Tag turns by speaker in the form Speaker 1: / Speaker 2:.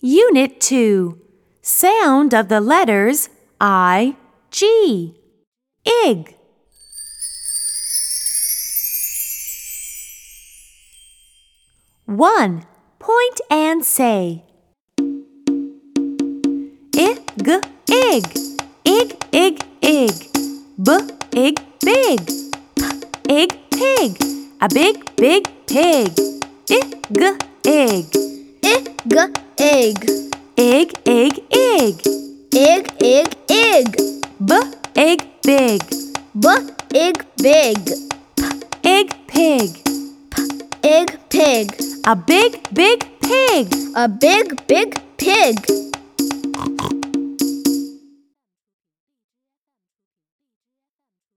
Speaker 1: Unit 2 Sound of the letters I, G. Ig. One. Point and say. Ig, ig. Ig, ig, ig. B, ig, big. P, ig, pig. A big, big pig. Ig, ig.
Speaker 2: Ig, egg.
Speaker 1: Ig, ig, ig.
Speaker 2: Ig, ig, ig.
Speaker 1: B, ig, big.
Speaker 2: B, ig, big.
Speaker 1: Ig, pig.
Speaker 2: Ig, pig.
Speaker 1: A big, big pig.
Speaker 2: A big, big pig.